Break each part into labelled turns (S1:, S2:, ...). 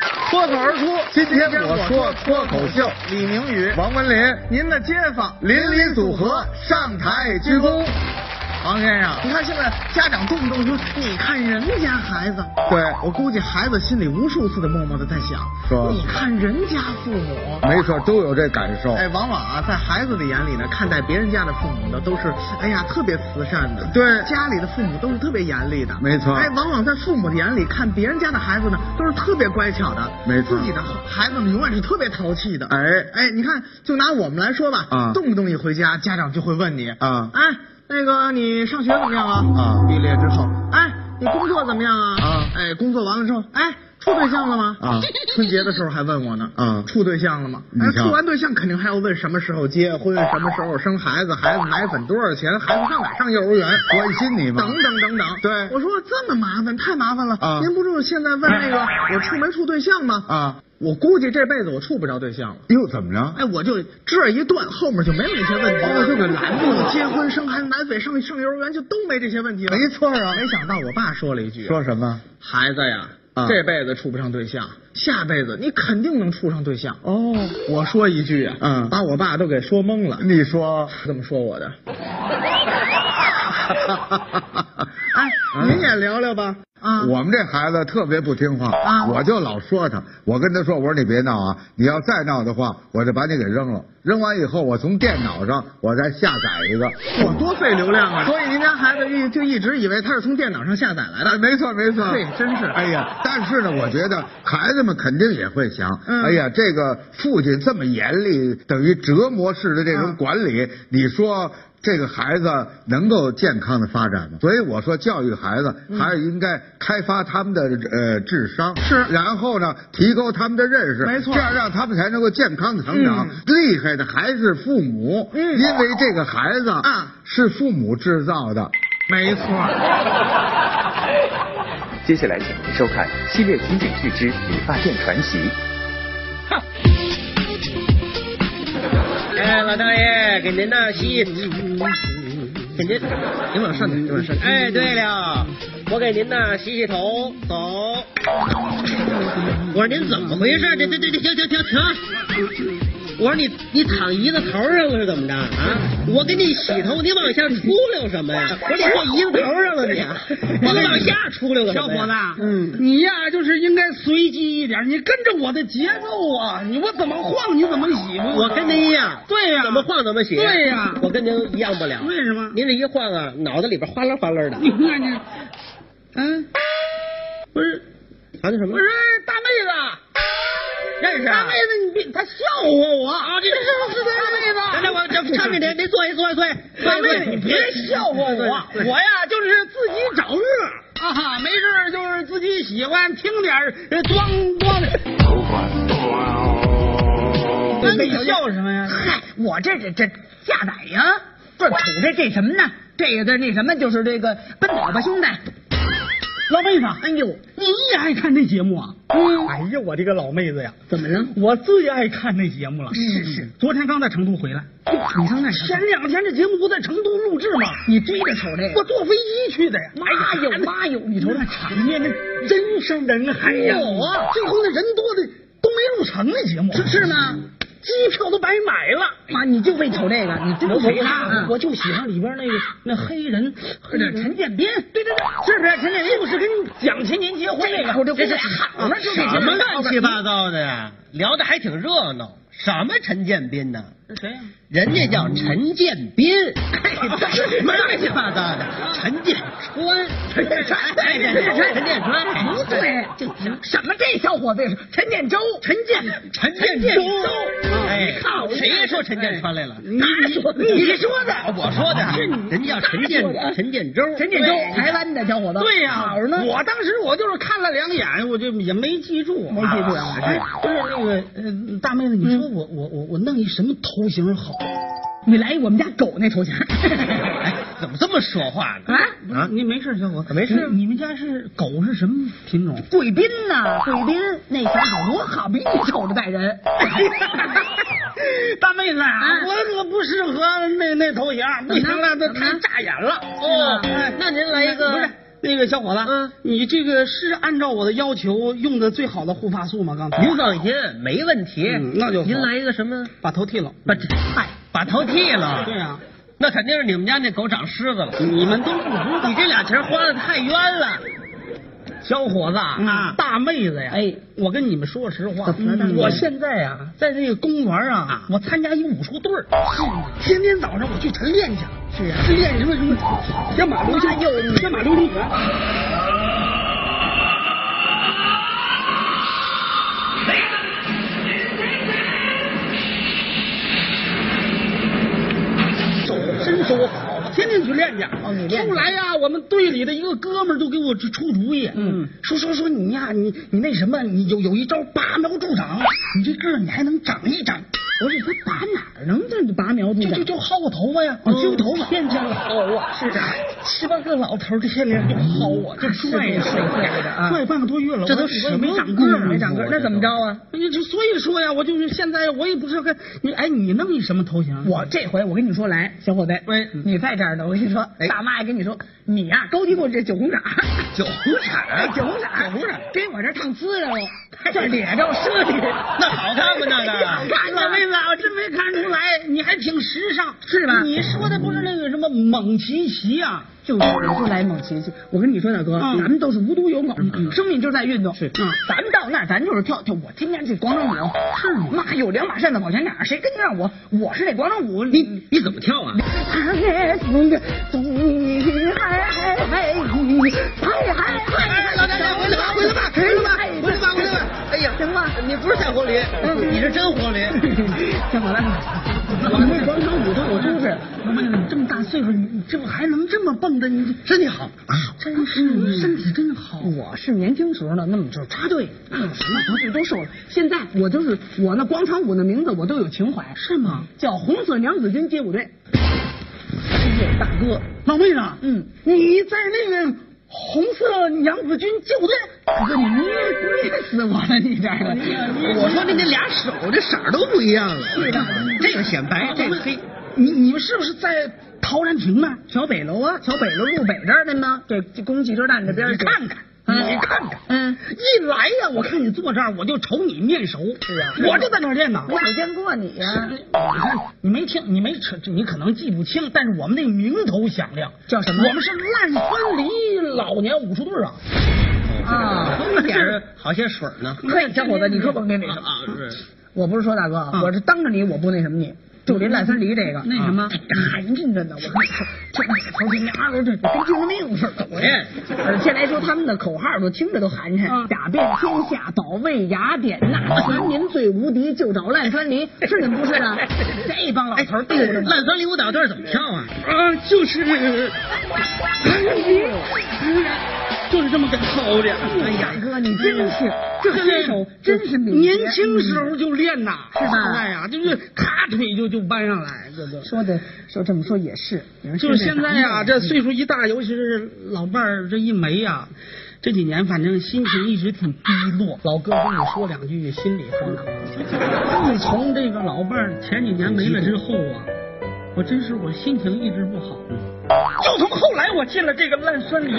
S1: 而出。
S2: 今天我说脱口秀，
S1: 李明宇、
S2: 王文林，
S1: 您的街坊
S2: 邻里组合上台鞠躬。
S1: 王先生，你看现在家长动不动就说，你看人家孩子，
S2: 对
S1: 我估计孩子心里无数次的默默的在想，
S2: 说
S1: 你看人家父母。
S2: 没错，都有这感受。
S1: 哎，往往啊，在孩子的眼里呢，看待别人家的父母呢，都是哎呀特别慈善的，
S2: 对
S1: 家里的父母都是特别严厉的，
S2: 没错
S1: 哎，往往在父母的眼里看别人家的孩子呢，都是特别乖巧的，
S2: 没错
S1: 自己的孩子呢，永远是特别淘气的。
S2: 哎
S1: 哎，你看，就拿我们来说吧，
S2: 啊
S1: 动不动一回家，家长就会问你，
S2: 啊
S1: 哎，那个你上学怎么样啊？
S2: 啊
S1: 毕了业之后，哎，你工作怎么样啊？
S2: 啊
S1: 哎，工作完了之后，哎，处对象了吗？
S2: 啊
S1: 春节的时候还问我呢，
S2: 啊
S1: 处对象了吗？
S2: 你
S1: 哎，
S2: 瞧
S1: 处完对象肯定还要问什么时候结婚，什么时候生孩子，孩子奶粉多少钱，孩子上哪上幼儿园，
S2: 关心你吗？
S1: 等等等等。
S2: 对
S1: 我说这么麻烦，太麻烦了。
S2: 啊
S1: 您不就是现在问那个我处没处对象吗？
S2: 啊，
S1: 我估计这辈子我处不着对象了。
S2: 又怎么着？
S1: 哎，我就这儿一断，后面就没有那些问题了，哎
S2: 哦就给拦住了
S1: 结婚、生孩子、奶粉、上上幼儿园就都没这些问题了。
S2: 没错啊
S1: 没想到我爸说了一句：“
S2: 说什么？
S1: 孩子呀，
S2: 啊
S1: 这辈子处不上对象，下辈子你肯定能处上对象。”
S2: 哦，
S1: 我说一句啊，
S2: 嗯
S1: 把我爸都给说懵了。
S2: 你说，
S1: 这么说 我的？哎，您也聊聊吧。啊，
S2: 我们这孩子特别不听话，
S1: 啊
S2: 我就老说他，我跟他说，我说你别闹啊，你要再闹的话，我就把你给扔了。扔完以后，我从电脑上我再下载一个。
S1: 我多费流量啊！所以您家孩子一就一直以为他是从电脑上下载来
S2: 啊，
S1: 的。
S2: 没错没错，
S1: 对真是
S2: 哎呀，但是呢，我觉得孩子们肯定也会想，
S1: 嗯
S2: 哎呀，这个父亲这么严厉，等于折磨式的这种
S1: 嗯
S2: 管理，你说这个孩子能够健康的发展吗？所以我说，教育孩子
S1: 嗯
S2: 还是应该开发他们的呃智商，
S1: 是
S2: 然后呢，提高他们的认识，
S1: 没错
S2: 这样让他们才能够健康的成长
S1: 嗯。
S2: 厉害的还是父母，
S1: 嗯
S2: 因为这个孩子
S1: 啊
S2: 是父母制造的。
S1: 没错。
S3: 接下来，请您收看系列情景剧之《理发店传奇》。
S4: 哎，老大爷，给您道喜，给您，
S1: 你往上点，你往上点。
S4: 哎，对了，我给您呐洗洗头，走。我说您怎么回事？这这这这停停停停！我说你你躺椅子头上了是怎么着啊？我给你洗头，你往下出溜什么呀？我说你坐椅子头上了你，我给你往下出溜个什
S5: 小
S4: 么
S5: 伙
S4: 呀
S5: 子，
S4: 嗯，
S5: 你呀，就是应该随机一点，你跟着我的节奏啊，你我怎么晃你怎么洗吧。
S4: 我跟您一样，
S5: 对呀
S4: 怎么晃怎么洗，
S5: 对呀
S4: 我跟您一样不了，
S5: 为什么
S4: 您这一晃啊，脑袋里边哗啦哗啦的。
S5: 你看这，嗯，
S4: 不是，谈的什么
S5: 我？说大妹子，
S4: 认识
S5: 大
S4: 啊
S5: 妹？子你别，她笑话我啊，这大
S4: 等
S5: 妹
S4: 等，
S5: 子，
S4: 我这看着您，您坐下，坐下，坐下，
S5: 大
S4: 坐
S5: 啊妹
S4: 下
S5: 子，你别笑话我，我呀就是自己找乐啊哈，没事儿就是自己喜欢听点儿呃装装的。
S4: 那
S5: 那
S4: 你
S5: 你笑什么呀？
S6: 嗨，我这这这下载呀，这杵着这什么呢？这个这那什么，就是这个奔跑吧兄弟。
S5: 老妹子，
S6: 哎呦，嗯
S5: 你也爱看这节目啊？哎呀，我这个老妹子呀，怎么了？我最爱看那节目了。是是，昨天刚在成都回来。
S6: 嗯你上那
S5: 前两天这节目不在成都录制吗？
S6: 你追着瞅这
S5: 我
S6: 个，
S5: 坐飞机去的呀。哎
S6: 妈呦妈呦，你
S5: 你瞅
S6: 瞅
S5: 那
S6: 那
S5: 场面，那真是人海呀！
S6: 有啊
S5: 最后那人多的都没录成那节目，
S6: 是是吗？
S5: 机票都白买了。
S6: 妈，你就为瞅这个，你追
S5: 我
S6: 谁
S5: 我
S6: 呀？
S5: 我就喜欢里边那个那黑人，啊黑
S6: 这
S5: 人
S6: 陈建斌，
S5: 对对对，是不是？陈建斌不是跟蒋勤勤结婚那
S4: 哎
S5: 个？
S6: 我这
S5: 这是
S6: 好
S5: 了
S6: 了，
S1: 啊
S5: 就
S6: 就
S5: 给
S6: 给
S5: 什
S4: 什
S5: 么
S4: 么
S5: 乱
S4: 乱
S5: 七
S4: 七
S5: 八
S4: 八
S5: 糟？
S4: 糟的呀？聊的还挺热闹。什么陈建斌呢？
S5: 谁呀？
S4: 人家叫陈建斌，
S5: 哎
S4: 嘿 什么乱七八糟的？ 陈建川，陈建川，陈建川，陈建川，
S5: 哎
S6: 不对，这什么这小伙子也是陈建州，陈建
S4: 陈建州，哎，谁说陈建川来了？
S6: 哪说的？
S5: 你说的啊
S4: 我说的，人家叫陈建陈建州，
S6: 陈建州，台湾的小伙子，
S5: 对呀、
S6: 好着呢。
S5: 我当时我就是看了两眼，我就也没记住，
S6: 没记住啊
S5: 哎，不是那个呃，大妹子，你说我、我我我弄一什么头型好？
S6: 你来一我们家狗那 头型。
S5: 哎
S4: 怎么这么说话呢？
S6: 啊，
S5: 啊，你没事，小伙子，
S4: 没事
S5: 你。你们家是狗是什么品种？
S6: 贵宾呐，贵宾那小狗多好，比你瞅着带 人。
S5: 大妹子啊
S6: 啊
S1: 嗯
S5: 我可不适合那那头型，不行了，啊
S6: 怎么
S5: 这
S6: 了
S5: 太扎眼了。哎
S4: 哦，那您来一个，
S5: 不是，那个小伙子，
S1: 嗯，
S5: 你这个是按照我的要求用的最好的护发素吗？刚才
S1: 您放心，没问题。
S5: 嗯那就好
S1: 您来一个什么？
S5: 把头剃了，
S1: 把这嗨，把头剃了。
S5: 对啊，
S1: 那肯定是你们家那狗长虱子了。
S5: 你们都不知道
S1: 你这俩钱花的太冤了，小伙子啊
S5: 嗯
S1: 大妹子呀！
S5: 哎，我跟你们说实话，
S1: 嗯
S5: 我现在啊，在这个公园啊，我参加一武术队儿，天天早上我去晨练去，是啊，练什么什么，
S6: 嗯
S5: 这马流星，这马流星拳。手真手好，我天天去练去。哦，
S6: 你练去
S5: 后来呀，我们队里的一个哥们儿就给我出主意，
S6: 嗯，
S5: 说说说你呀，你你那什么，你有有一招拔苗助长，你这个儿你还能长一长，
S6: 不是他拔哪儿能这拔苗助
S5: 就
S6: 长
S5: 就？就薅我头发呀，
S6: 嗯
S5: 揪头发，
S6: 天天薅啊是的
S5: 七八个老头儿天天就薅我，这拽呀
S6: 是的是的啊
S5: 拽半个多月了，
S6: 这
S5: 我
S6: 都
S5: 我
S6: 什
S5: 没
S6: 么
S5: 长
S6: 长
S5: 个
S6: 个
S5: 儿
S6: 儿
S5: 啊，
S6: 没长个儿，那怎么着啊？
S5: 哎呀，就所以说呀，我就是现在我也不知道该你哎，你弄一什么头型？啊
S6: 我这回我跟你说来，小伙子，
S5: 喂哎
S6: 你在这儿呢，我跟你说，大妈也跟你说，你呀、高低过这九红色儿，
S5: 九红色儿啊
S6: 哎 九红色儿，
S5: 九红色儿
S6: 给我这烫滋着了，这咧着 设计，
S5: 那好看吗那个
S6: 好看
S5: 老
S6: 吗？
S5: 妹子，我真没看出来，你还挺时尚，
S6: 是吧
S5: 你说的不是那个什么蒙奇奇啊？
S6: 就是我就来猛奇奇，我跟你说，大哥，
S5: 嗯
S6: 咱们都是无独有偶，
S5: 嗯
S6: 生命就在运动。
S5: 是
S6: 嗯，咱们到那儿，咱就是跳跳。我天天去广场舞，是那有两把扇子跑前点儿，谁跟得上我？我是那广场舞里。
S1: 你你怎么跳啊？
S5: 哎呀，行吧，你不是太活驴，你是真活驴。
S6: 小伙子，你那广场舞跳我真是，妈呀，你这么大岁数，你这还能这么蹦的，你身体好，真是身体真好。我是年轻时候呢，那么就是插队，那有什么不是都受了。现在我就是我那广场舞的名字我都有情怀，是吗？叫红色娘子军街舞队。哎呀，大哥，
S5: 老妹子，
S6: 嗯，
S5: 你在那个红色娘子军救队？
S6: 大哥，你虐虐死我了，你这个。
S1: 我说这那俩手这色儿都不一样了，这个显白，这个黑。
S5: 你你们是不是在陶然亭那儿？
S6: 桥北楼啊，桥北楼路北这儿的呢，这这公共汽车站这边儿
S5: 你看看，
S6: 嗯
S5: 你看看，
S6: 嗯
S5: 一来呀，我看你坐这儿，我就瞅你面熟。
S6: 是啊
S5: 我就在那儿练呢。
S6: 我有见过你啊呀、
S5: 是你没听，你没你可能记不清，但是我们那个名头响亮，
S6: 叫什么
S5: 我们是烂番梨老年武术队啊！
S6: 啊
S1: 那点儿好些水儿呢。
S6: 嘿，小伙子， 你可甭那那什么，
S1: 啊，是
S6: 我不是说大哥，啊，嗯我是当着你，我不那什么你，就这烂三梨这个
S5: 那什么
S6: 啊哎呀，真着呢，我跟你说，这老头这娘们儿这跟救命似的，我这，哎而且来说他们的口号都听着都寒碜，打遍天下，保卫雅典娜，全民最无敌，就找烂川梨，是你们不 是啊？这帮老头儿对着呢。
S1: 烂酸梨舞蹈队怎么跳啊？
S5: 啊，就是这个，就是这么个操的。哎呀
S6: 大，哥，你真是这身手真是敏捷
S5: 年轻时候就练呐，
S6: 啊是吧
S5: 哎呀，就是咔腿就就搬上来，这都。
S6: 说的说这么说也是，你说
S5: 就是现在呀、
S6: 啊，
S5: 这岁数一大，尤其是老伴儿这一没呀、这几年反正心情一直挺低落。老哥跟你说两句心里话，自从这个老伴儿前几年没了之后啊，我真是我心情一直不好。
S6: 嗯
S5: 就从后来我进了这个烂酸梨，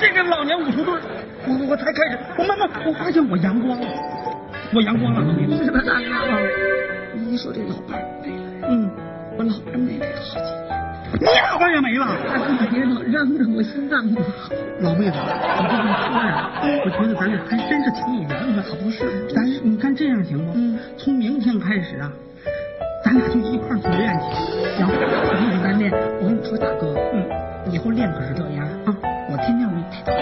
S5: 这个老年武术队，我我才开始，我慢慢我发现我阳光了，我阳光了。
S6: 什么大哥啊？嗯你一说这老伴儿没了，
S5: 嗯，
S6: 我老伴儿没了好几年，
S5: 你老伴儿也没了。
S6: 大哥你别老嚷嚷，我心脏不好。
S5: 老妹子，我跟你说呀，我觉得咱俩还真是挺有缘分，可不是？咱是你看这样行不？
S6: 嗯，
S5: 从明天开始啊，咱俩就一块儿组练去。
S6: 行，我跟你说咱练，我跟你说大哥，嗯，以后练可是这样
S5: 嗯
S6: 啊，我天天我给你抬头。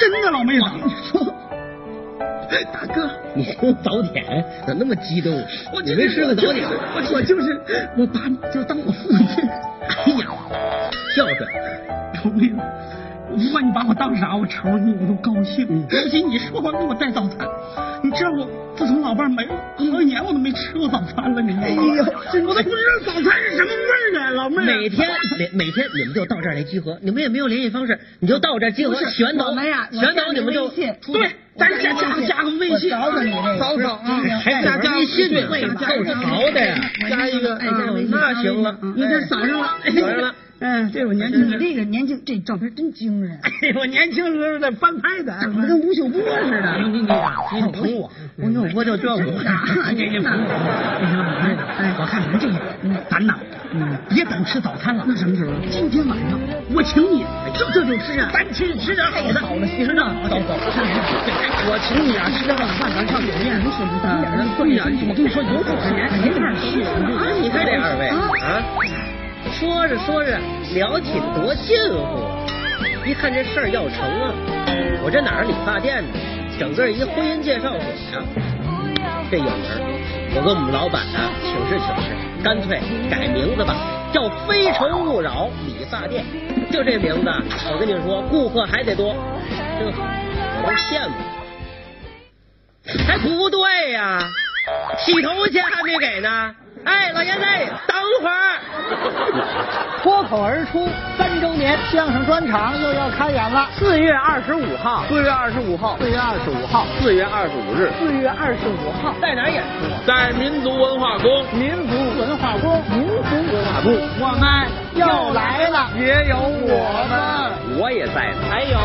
S5: 真的，老妹子，
S1: 大哥，你这早点咋那么激动？
S5: 我
S1: 你没吃个早点，
S5: 我我就是我把你就当我父亲。哎呀，
S1: 孝顺。
S5: 老妹子，我不管你把我当啥，我瞅你我都高兴。尤其你说完给我带早餐，你知道我自从老伴儿没了，好几年我都没吃过早餐了，你知道吗？
S6: 哎呦真
S5: 我都不知道早餐是什么味儿了，老妹儿。
S1: 每天每每天你们就到这儿来集合，你们也没有联系方式，你就到这儿集合
S6: 不是
S1: 选
S6: 我
S1: 走
S6: 们呀，我
S1: 选
S6: 加
S1: 走
S6: 你
S1: 你们就
S6: 微信
S1: 出去
S5: 对，咱加加加个微信，
S6: 我找找你这个
S5: 找找啊，
S1: 还
S5: 加
S1: 有
S5: 加
S1: 微信呢，
S5: 对
S1: 够潮的呀！
S6: 加一个
S1: 嗯那行了，
S6: 你这扫上了，
S1: 哎，选上了。
S7: 嗯，对我年轻
S8: 你
S7: 时，
S8: 这个年轻，这照片真惊人，
S7: 哎呦，我年轻时候在翻拍的，
S8: 怎么跟吴秀波似的？
S7: 你你你你捧我，
S8: 我有
S7: 我就这
S8: 真
S7: 我
S8: 的，
S7: 你你
S8: 真
S7: 捧
S8: 的
S7: 我，哎，我看你们这个，咱呐，嗯，别等吃早餐了，那什么时候？
S8: 今天晚上
S7: 我请你，这这就吃啊，
S8: 咱吃吃点好的，好的，吃点好的，
S7: 我请你啊，吃点晚饭，咱上酒店，你舍不得。对呀，我跟你说，有口钱，没法吃
S5: 啊，你看这二位啊，说着说着聊起了多幸福，一看这事儿要成啊，我这哪是理发店呢，整个一婚姻介绍所啊，这有门儿。我跟我们老板啊请示请示，干脆改名字吧，叫“非诚勿扰理发店”。就这名字啊，我跟你说，顾客还得多，这我都羡慕。还不对呀、洗头钱还没给呢。哎，老爷子，等会儿。
S9: 脱口而出，三周年相声专场又要开演了，四月二十五号，
S3: 四月二十五号，
S9: 四月二十五号，
S3: 四月二十五日，
S9: 四月二十五号，
S5: 在哪儿演出？
S3: 在民族文化宫
S9: 啊民族文化宫，民族文化宫，我们又来了，
S3: 也有
S9: 我哎们，
S3: 我也在呢。
S9: 还有，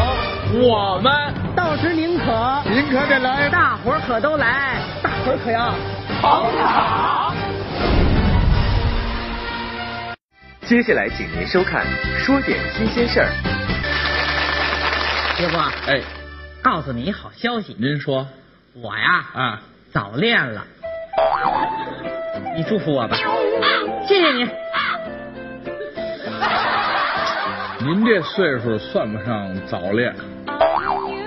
S3: 我们
S9: 到时您可，
S3: 您可得来。
S9: 大伙儿可都来，大伙儿可要捧场。
S3: 接下来，请您收看《说点新鲜事儿》。
S5: 师傅，
S1: 哎，
S5: 告诉你一好消息，
S1: 您说
S5: 我呀
S1: 啊？
S5: 早恋了，你祝福我吧，谢谢你。
S1: 您这岁数算不上早恋，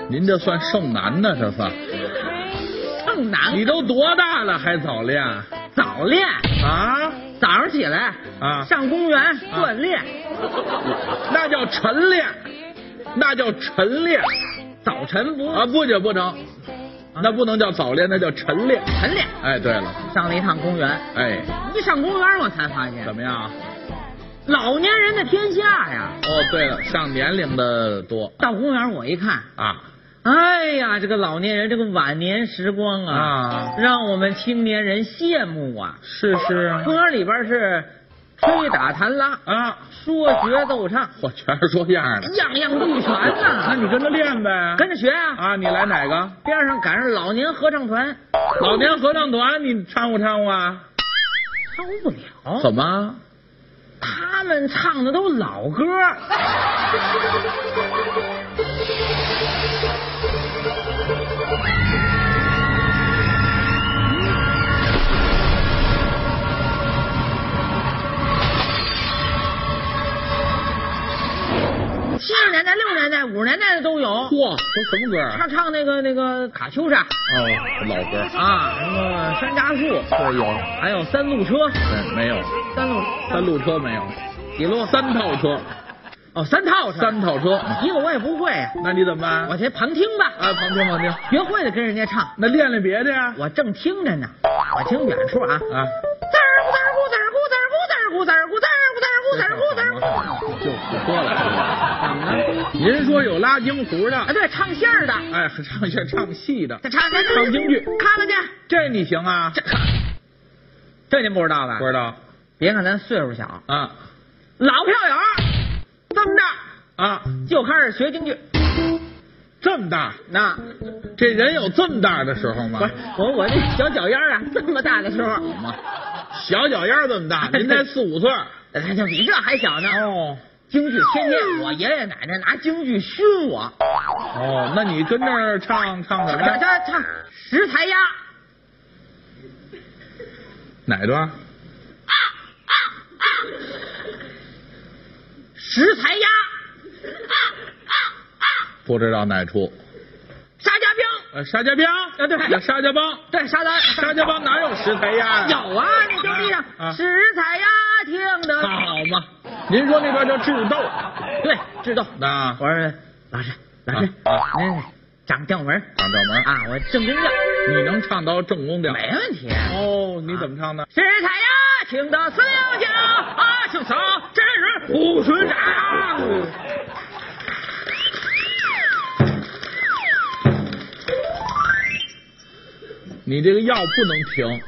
S1: 您这算剩男呢，这算。
S5: 更难
S1: 你都多大了还早恋啊？
S5: 早恋，早上起来
S1: 啊
S5: 上公园锻炼，
S1: 那叫晨恋，那叫晨恋
S5: 早晨不
S1: 啊！不行不成，那不能叫早恋，那叫晨恋。
S5: 晨练，
S1: 哎，对了，
S5: 上了一趟公园。
S1: 哎，
S5: 一上公园，我才发现
S1: 怎么样？
S5: 啊老年人的天下呀。
S1: 哦，对了，上年龄的多
S5: 到公园我一看，
S1: 啊
S5: 哎呀，这个老年人这个晚年时光啊，
S1: 啊，
S5: 让我们青年人羡慕啊。
S1: 是是啊
S5: 歌里边是吹打弹拉，
S1: 啊，
S5: 说学逗唱，
S1: 我全是说相声的。
S5: 样样俱全
S1: 那
S5: 呐、
S1: 你跟着练呗，
S5: 跟着学啊，
S1: 啊，你来哪个？
S5: 边上赶上老年合唱团，
S1: 老年合唱团，你掺和掺和啊？
S5: 受不了。
S1: 怎么？
S5: 他们唱的都老歌，七十年代、六十年代、五十年代的都有。
S1: 嚯，都什么歌啊
S5: 他？唱那个那个卡秋莎
S1: 哦，老歌啊？
S5: 啊，什么山楂树，
S1: 对，有。
S5: 还有三路车，
S1: 对，没有。
S5: 三路
S1: 三路车没有。
S5: 几路？
S1: 三套车，
S5: 哦，三套车，
S1: 三套车。
S5: 一个我也不会，啊
S1: 那你怎么办？
S5: 我去旁听吧。
S1: 啊，旁听旁听。
S5: 学会了跟人家唱，
S1: 那练练别的呀？
S5: 我正听着呢，我听远处啊，
S1: 啊。
S5: 嘚儿咕嘚儿咕嘚儿咕嘚儿咕嘚儿咕嘚儿咕嘚儿咕嘚儿咕嘚儿咕嘚儿咕。
S1: 就不说了。怎么了？您说有拉京胡的
S5: 啊，，对，唱戏儿的，
S1: 哎，唱戏唱戏的，
S5: 他唱
S1: 唱京剧
S5: 看了去，
S1: 这你行啊？
S5: 这您不知道吧？
S1: 不知道
S5: 别看咱岁数小，
S1: 啊
S5: 老票友，这么着
S1: 啊，
S5: 就开始学京剧。
S1: 这么大，
S5: 那
S1: 这人有这么大的时候吗
S5: 不？是我我这小脚丫啊，这么大的时候，
S1: 小脚丫这么大，您才四五岁儿。
S5: 哎就比这还小呢。哦，京剧天天我爷爷奶奶拿京剧熏我，
S1: 哦，那你跟那儿唱唱什
S5: 这
S1: 么呀？
S5: 这唱石台鸭，
S1: 哪段？
S5: 石台鸭，
S1: 不知道哪出？
S5: 沙家浜，
S1: 呃，沙家浜啊，对，沙家浜，
S5: 对沙家
S1: 沙家浜哪有石台鸭呀？
S5: 有啊，那就地上
S1: 啊
S5: 石台鸭听得
S1: 好嘛，您说那段叫智斗
S5: 对，知道。
S1: 啊？
S5: 我说老师，老师，
S1: 啊啊
S5: 您掌调门儿
S1: 掌调门儿
S5: 啊，我正宫调，
S1: 你能唱到正宫调？
S5: 没问题。
S1: 哦，你怎么唱的？
S5: 石台呀，听得四六九啊，青草真是五十丈。
S1: 你这个药不能停，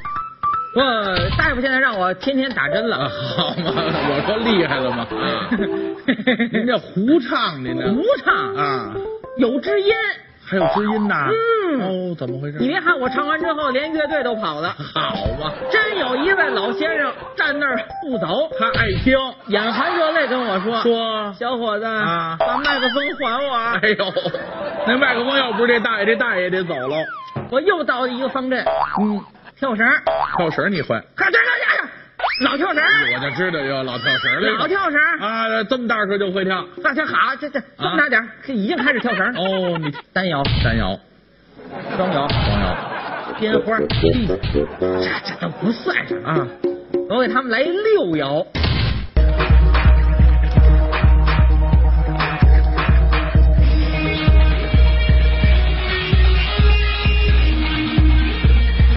S5: 我呃大夫现在让我天天打针
S1: 啊，
S5: 了。嗯
S1: 好嘛，我说厉害了吗？啊， 您这胡唱，您这
S5: 胡唱
S1: 啊，
S5: 有知音，
S1: 还有知音呐？
S5: 嗯
S1: 哦，怎么回事？
S5: 你别看我唱完之后连乐队都跑了，
S1: 好啊嘛，
S5: 真有一位老先生站那儿不走，
S1: 他爱听。
S5: 眼含热泪跟我说：“
S1: 说
S5: 小伙子，
S1: 啊
S5: 把麦克风还我啊
S1: 哎！”呦，那麦克风要不是这大爷，这大爷得走了。
S5: 我又到了一个方阵，
S1: 嗯，
S5: 跳绳儿，
S1: 跳绳儿你会？
S5: 快对对对，老跳绳儿，
S1: 我就知道有老跳绳儿了。
S5: 老跳绳儿，
S1: 啊，这么大个就会跳。啊
S5: 大家好，这这这么大点儿，这已经开始跳绳儿。
S1: 哦，你
S5: 单摇、
S1: 单摇，
S5: 双摇、
S1: 双摇
S5: 编花，嗯这这都不算什么。
S1: 啊，
S5: 我给他们来一六摇。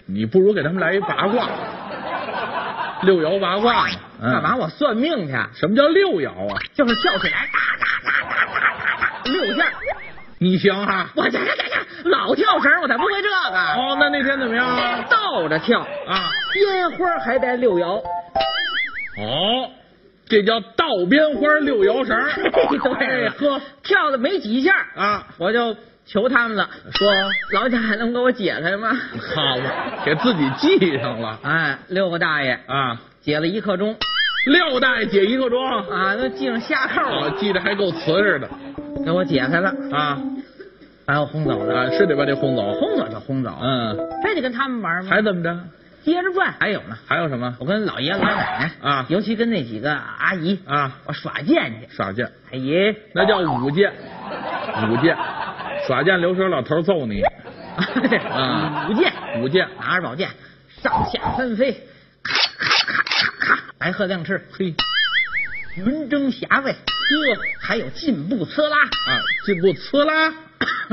S1: 你不如给他们来一八卦，六爻八卦。嗯
S5: 干嘛？？我算命去？
S1: 什么叫六爻啊？
S5: 就是跳起来，哒哒哒哒哒哒哒六下。
S1: 你行啊哈？
S5: 我这这这这老跳绳，我才不会这个。
S1: 哦，那那天怎么样啊？
S5: 倒着跳，
S1: 啊，
S5: 烟花还带六爻。
S1: 哦，这叫倒编花六爻绳儿。
S5: 对
S1: 哎
S5: 了，
S1: 呵
S5: 跳了没几下，
S1: 啊，
S5: 我就求他们了，说老贾还能给我解开吗？
S1: 好嘛，给自己记上了
S5: 哎，六个大爷
S1: 啊。
S5: 解了一刻钟
S1: 六大爷解一个庄，
S5: 啊，都系上下扣
S1: 我
S5: 了，
S1: 记得还够瓷实的
S5: 给我解开了，
S1: 啊
S5: 把我轰走了，
S1: 啊，是得把这轰走。
S5: 轰我就轰走，
S1: 嗯，
S5: 非得跟他们玩吗？
S1: 还怎么着？
S5: 接着转，还有呢，
S1: 还有什么
S5: 我跟老爷老奶奶
S1: 啊
S5: 尤其跟那几个阿姨，
S1: 啊？
S5: 我耍剑去，
S1: 耍剑，
S5: 阿姨，
S1: 那叫舞剑，
S5: 哦
S1: 舞剑，耍剑留手老头揍 你。啊
S5: 舞剑，
S1: 舞剑，
S5: 拿着宝剑上下翻飞，咔咔咔咔咔，白鹤亮翅，嘿，云蒸霞蔚，这还有进步呲啦，
S1: 啊，进步呲啦，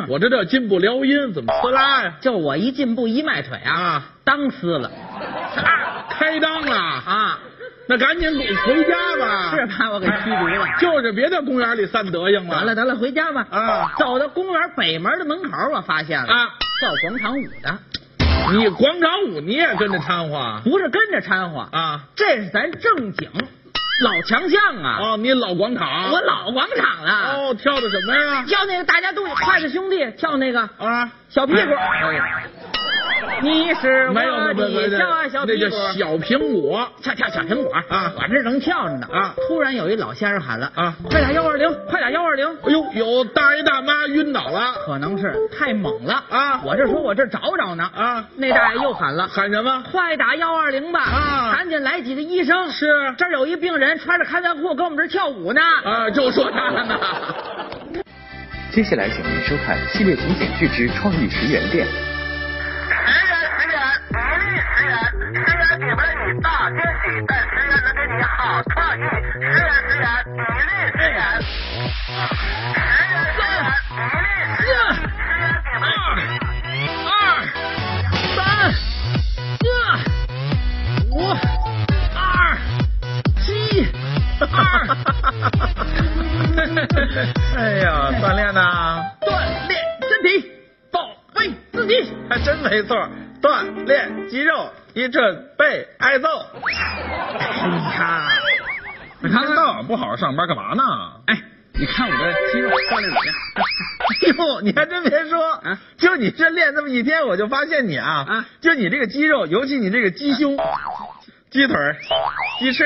S1: 我这叫进步撩音，怎么呲啦呀？
S5: 就我一进步一迈腿啊，当撕了，
S1: 啊，开裆了啊！
S5: 啊，
S1: 那赶紧领回家吧。哎
S5: 是把我给驱逐了。
S1: 就是别在公园里散德行
S5: 得了得了，回家吧。
S1: 啊
S5: 走到公园北门的门口，我发现了
S1: 啊，
S5: 跳广场舞的，
S1: 你广场舞你也跟着掺和
S5: 不是跟着掺和，
S1: 啊？
S5: 这是咱正经老强项啊，
S1: 哦，你老广场。
S5: 我老广场了。
S1: 哦，跳的什么呀？
S5: 跳那个大家都有筷子兄弟跳那个
S1: 啊，
S5: 小屁股，
S1: 哎
S5: 你是我
S1: 没有，没有，没有
S5: 你
S1: 没
S5: 跳啊
S1: 有，
S5: 小
S1: 那
S5: 屁
S1: 叫
S5: 股，
S1: 小苹果。
S5: 跳跳小苹果
S1: 啊
S5: 我这正跳着呢
S1: 啊
S5: 突然有一老先生喊了
S1: 啊
S5: 快打幺二零，快打幺二零，
S1: 哎呦，有大爷大妈晕倒了，
S5: 可能是太猛了
S1: 啊
S5: 我这说我这找找呢
S1: 啊
S5: 那大爷又喊了，啊
S1: 喊什么？
S5: 快打幺二零吧
S1: 啊
S5: 赶紧来几个医生，
S1: 是
S5: 这儿有一病人穿着开裆裤跟我们这儿跳舞呢
S1: 啊，就说他呢。
S3: 接下来，请您收看系列情景剧之创意十元店。
S1: 哎呀，锻炼呐，
S5: 锻炼身体，保卫自己。
S1: 还真没错，锻炼肌肉，你准备挨揍。
S5: 哎呀，
S1: 你看到晚不好好上班干嘛呢？
S5: 哎，你看我这肌肉锻炼怎么样？
S1: 哟，你还真别说，
S5: 啊
S1: 就你这练这么一天，我就发现你啊，
S5: 啊
S1: 就你这个肌肉，尤其你这个鸡胸、鸡腿儿、鸡翅，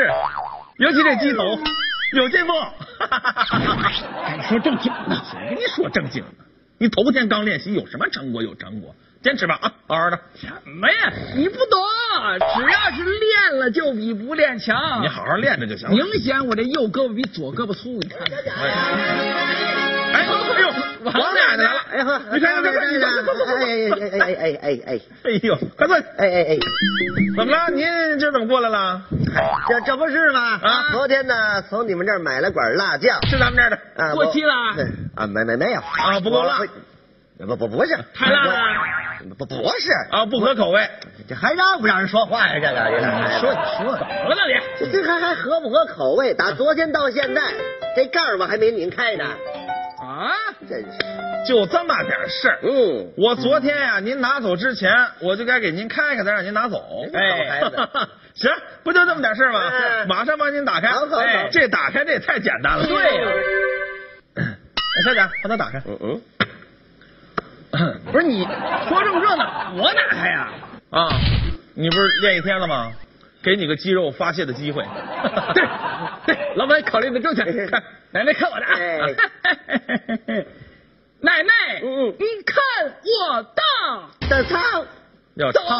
S1: 尤其这鸡头，有进步。还说正经呢，谁跟你说正经呢？你头天刚练习，有什么成果？有成果，坚持吧啊，好好的。
S5: 什么呀？你不懂，只要是练了就比不练强。
S1: 你好好练着就行了。
S5: 明显我这右胳膊比左胳膊粗，你看看。
S1: 哎呦，哎呦，王奶奶了！
S10: 哎呵，
S1: 你看，你看，你看，
S10: 哎哎哎哎哎哎哎
S1: 哎呦，快坐！
S10: 哎哎哎，
S1: 怎么了？您这怎么过来了？
S10: 这这不是吗？
S1: 啊
S10: 昨天呢，从你们这儿买了管辣酱，
S1: 是咱们这儿的
S10: 啊，
S5: 过
S10: 我
S5: 期了
S10: 啊，没没没有
S1: 啊不够辣
S10: 我不不不是，
S1: 太辣了。
S10: 我，不不是，
S1: 啊，不合口味。
S10: 这还让不让人说话呀？这个，说你说。
S1: 怎么了你？
S10: 这这还还合不合口味？打昨天到现在，这盖儿我还没拧开呢。
S1: 啊
S11: 啊，就这么点事儿。
S1: 哦
S11: 嗯，我昨天呀、您拿走之前，我就该给您开开，再让您拿走。哎， 行，不就这么点事儿吗？
S1: 嗯
S11: 马上帮您打开。哎，这打开这也太简单了。对呀、小姐，把它打开。嗯嗯。
S1: 不是你说这么热闹，我哪开呀？
S11: 啊，你不是练一天了吗？给你个肌肉发泄的机会。
S1: 对，对，哎老板考虑的周全。看奶奶看我的啊！ 奶奶，
S10: 嗯
S1: 你看我的，
S10: 的操！
S11: 要
S1: 走
S11: 唱，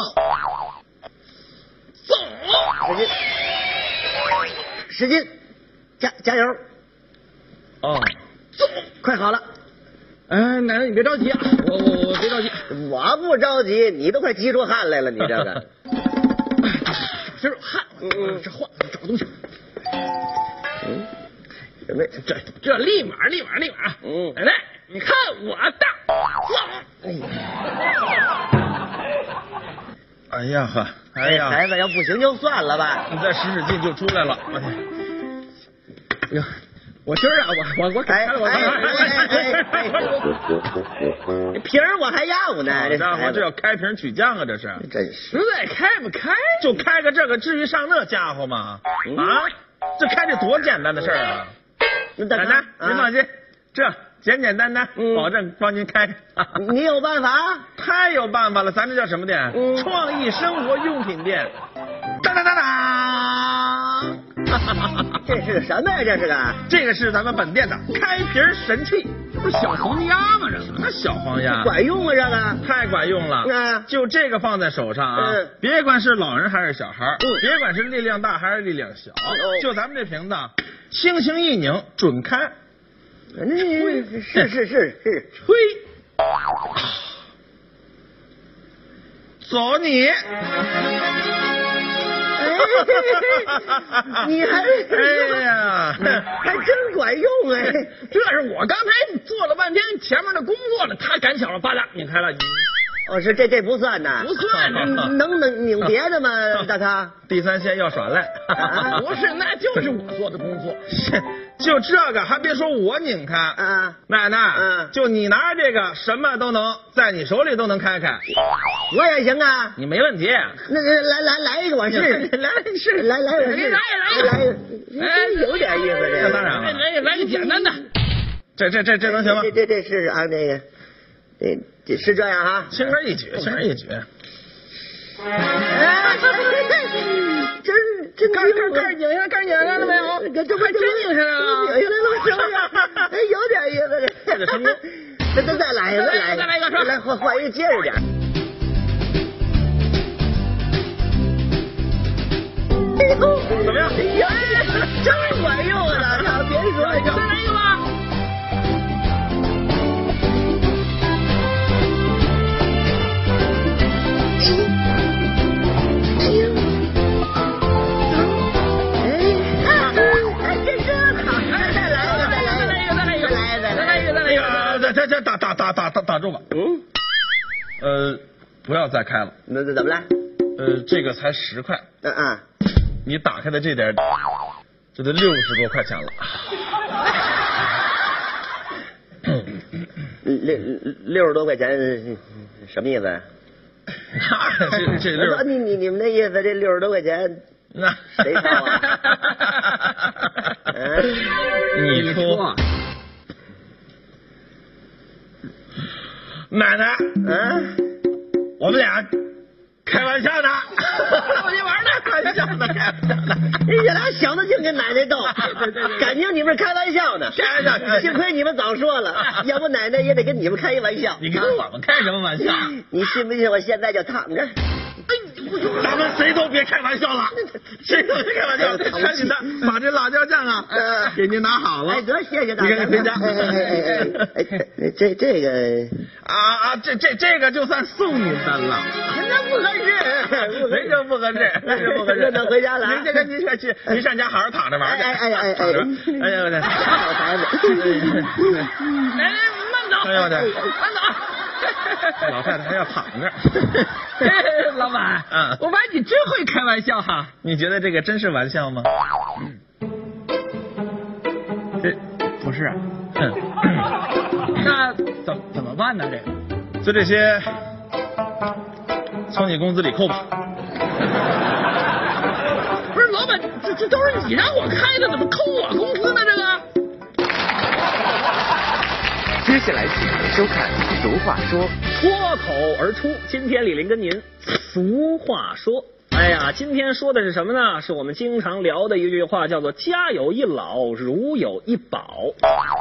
S1: 走，
S10: 使劲，加加油，
S11: 哦，
S10: 快好了！
S1: 哎，奶奶你别着急啊，我我我别着急，
S10: 我不着急，你都快急出汗来了，你这 个
S1: 这是汗，这换找东西，
S10: 准备
S1: 这这立马立马立马，嗯，奶奶你看我的，走，
S11: 哎呀呵，哎呀，
S10: 孩子要不行就算了
S1: 哎
S10: 吧。
S11: 你再使使劲就出来了。哎
S1: 哟，我今儿啊，我我我改了，我改哎 了，
S11: 哎
S10: 这皮儿我 还要呢，
S11: 好
S10: 这
S1: 哎
S11: 家伙，
S10: 孩
S11: 这
S10: 子
S11: 要开瓶取酱啊，这是。
S10: 真是
S1: 实在开不开，
S11: 就开个这个，至于上那家伙吗？
S10: 嗯
S11: 啊，这开这多简单的事儿啊！
S10: 那大
S11: 奶
S10: 哥
S11: 奶，您
S10: 啊嗯
S11: 放心，这简简单单，保证帮您开。啊
S10: 你有办法？啊嗯
S11: 太有办法了，咱这叫什么店？创意生活用品店。当当当当！
S10: 这是个什么呀？这是个
S11: 这个是咱们本店的开瓶神器，这不是小黄鸭吗？这什么小黄鸭？
S10: 管用啊吗？这个
S11: 太管用了。
S10: 嗯
S11: 就这个放在手上啊，
S10: 嗯
S11: 别管是老人还是小孩儿，别管是力量大还是力量小，
S10: 哦
S11: 就咱们这瓶子，啊轻轻一拧，准开。
S10: 嗯是是是是，
S11: 吹，走你！
S10: 哎你还
S11: 哎呀，
S10: 还真管用哎！
S1: 这是我刚才做了半天前面的工作了，他赶巧了，巴掌拧开了，
S10: 哦，是这这不算呐，
S1: 不算
S11: 嗯
S10: 嗯 能能拧别的 吗，大咖？
S11: 第三线要耍赖，
S10: 啊
S1: 不是，那就是我做的工作。
S11: 就这个还别说我拧开，
S10: 啊，
S11: 奶奶，
S10: 嗯
S11: 就你拿着这个，什么都能在你手里都能开开，
S10: 我也行啊。
S11: 你没问题。
S10: 那那来来 来一个，我试试。
S11: 来是
S10: 来来，我试试。
S1: 来来来
S10: 来，真有点意思这
S11: 那
S10: 个。
S11: 当然
S1: 来
S11: 了，
S1: 来来个简单的，
S11: 这这这这能行吗
S10: 这？这这是啊，那个，这这是这样啊。
S11: 轻而易举，轻而易举。
S10: 哎，真真
S1: 盖盖盖拧下，盖拧下来了没有？
S10: 这这快
S1: 真拧上来了啊
S10: 拧下来了， 是不是？哎，有点意思这。
S11: 个成功
S10: 那再再来一个，
S1: 再来一个再来一个说
S10: 来换换一个结实点。
S11: 怎么样？
S10: 真管用啊！老乔，别说了，
S1: 再来一个吧。
S10: 哎，这真好！再来一个，再来一个，再来一个，再来一个，再来一个，再来
S11: 那
S10: 一个。
S11: 个，这这这打打打打打打住吧。嗯。呃，不要再开了。
S10: 那那怎么了？
S11: 呃，这个才十块，
S10: 嗯啊，
S11: 你打开的这点儿，这得六十多块 钱了。
S10: 六六十多块钱，什么意思啊？
S11: 这这
S10: 我
S11: 六
S10: 说，你你你们那意思，这六十多块钱
S11: 那
S10: 谁掏啊
S11: 你出。奶奶，
S10: 啊？
S11: 我们俩开玩笑呢，逗你玩呢，开玩笑呢，开玩笑呢。
S10: 你俩哎小子净跟奶 奶斗，感情你们是开玩笑呢。
S11: 开玩笑开玩笑
S10: 幸亏你们早 说了，要不奶奶也得跟你们开一玩笑。
S11: 你跟我们开什么玩笑？
S10: 你信不信？我现在就躺着。
S11: 咱们谁都别开玩笑了，谁都别开玩笑，赶紧的把这辣椒酱啊
S10: 嗯，
S11: 给您拿好了
S10: 哎，得谢谢大
S11: 你
S10: 家。
S11: 赶紧回家
S10: 哎哎哎哎哎，这这个
S11: 啊啊！这这这个就算送您的了，
S10: 那不合适，
S11: 没这不合适，没这不合适。
S10: 那等回家了啊
S11: 您这个您上去，您上家好好躺着玩去。
S10: 哎哎哎哎哎
S11: 躺着哎呀我的，
S10: 好孩子。
S1: 来来，慢走，
S11: 哎呦 我的，
S1: 慢走。
S11: 老太太还要躺着。
S1: 老板，
S11: 嗯
S1: 我发现你真会开玩笑哈。
S11: 你觉得这个真是玩笑吗？这不是啊。嗯
S3: 那怎么怎么办呢？这个，就这些，从你工资里扣吧。
S12: 不是老板，这这都是你让我开的，怎么扣我工资呢？这个。
S11: 接下来请您收看《俗话说》，脱口而出。今天李林跟您俗话说，哎呀，今天说的是什么呢？是我们经常聊的一句话，叫做“家有一老，如有一宝”。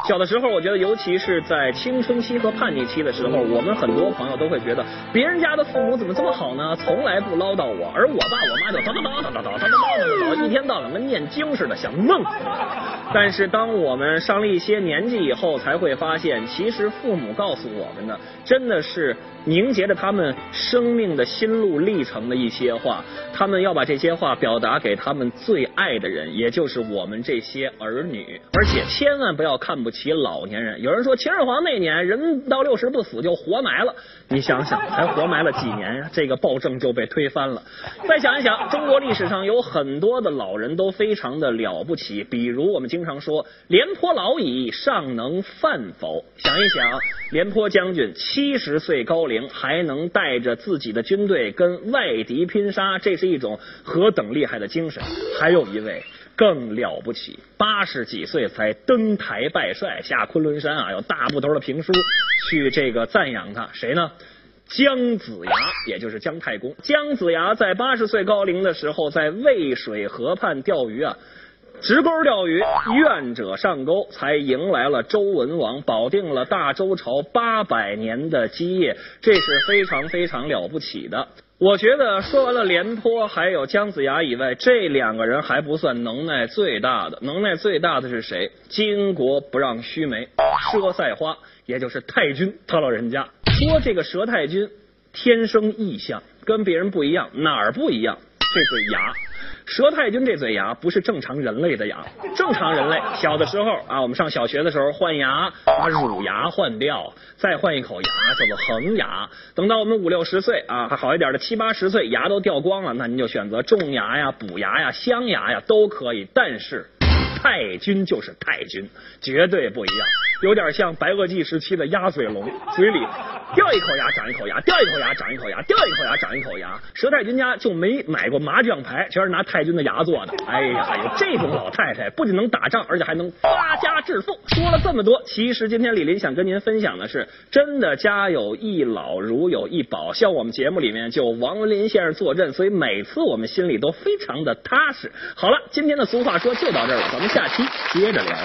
S11: 小的时候，我觉得尤其是在青春期和叛逆期的时候，我们很多朋友都会觉得别人家的父母怎么这么好呢？从来不唠叨我，而我爸我妈就叨叨叨叨叨叨叨叨叨叨，一天到晚跟念经似的，想弄死我。但是当我们上了一些年纪以后，才会发现，其实父母告诉我们的，真的是凝结着他们生命的心路历程的一些话。他们要把这些话表达给他们最爱的人，也就是我们这些儿女。而且千万不要看不起老年人。有人说秦始皇那年人到六十不死就活埋了，你想想，才活埋了几年呀？这个暴政就被推翻了。再想一想，中国历史上有很多的老人都非常的了不起，比如我们经常说“廉颇老矣，尚能饭否”。想一想，廉颇将军七十岁高龄还能带着自己的军队跟外敌拼杀，这是一种何等厉害的精神！还有一位。更了不起，八十几岁才登台拜帅，下昆仑山啊，有大部头的评书去这个赞扬他，谁呢？姜子牙，也就是姜太公。姜子牙在八十岁高龄的时候，在渭水河畔钓鱼啊，直钩钓鱼，愿者上钩，才迎来了周文王，保定了大周朝八百年的基业，这是非常非常了不起的。我觉得说完了廉颇还有姜子牙以外，这两个人还不算能耐最大的。能耐最大的是谁？巾帼不让须眉，佘赛花，也就是太君他老人家。说这个佘太君天生异象，跟别人不一样，哪儿不一样？这嘴牙，佘太君这嘴牙不是正常人类的牙。正常人类小的时候啊，我们上小学的时候换牙，把乳牙换掉，再换一口牙叫做恒牙。等到我们五六十岁啊，还好一点的七八十岁，牙都掉光了，那您就选择种牙呀、补牙呀、镶牙呀都可以。但是 太君就是太君，绝对不一样，有点像白垩纪时期的鸭嘴龙，嘴里掉一口牙长一口牙，掉一口牙长一口牙，掉一口牙长一口牙。佘太君家就没买过麻将牌，全是拿太君的牙做的。哎呀，有这种老太太，不仅能打仗，而且还能发家致富。说了这么多，其实今天李林想跟您分享的是，真的家有一老如有一宝，像我们节目里面就王文林先生坐镇，所以每次我们心里都非常的踏实。好了，今天的俗话说就到这儿了，咱们下期接着聊。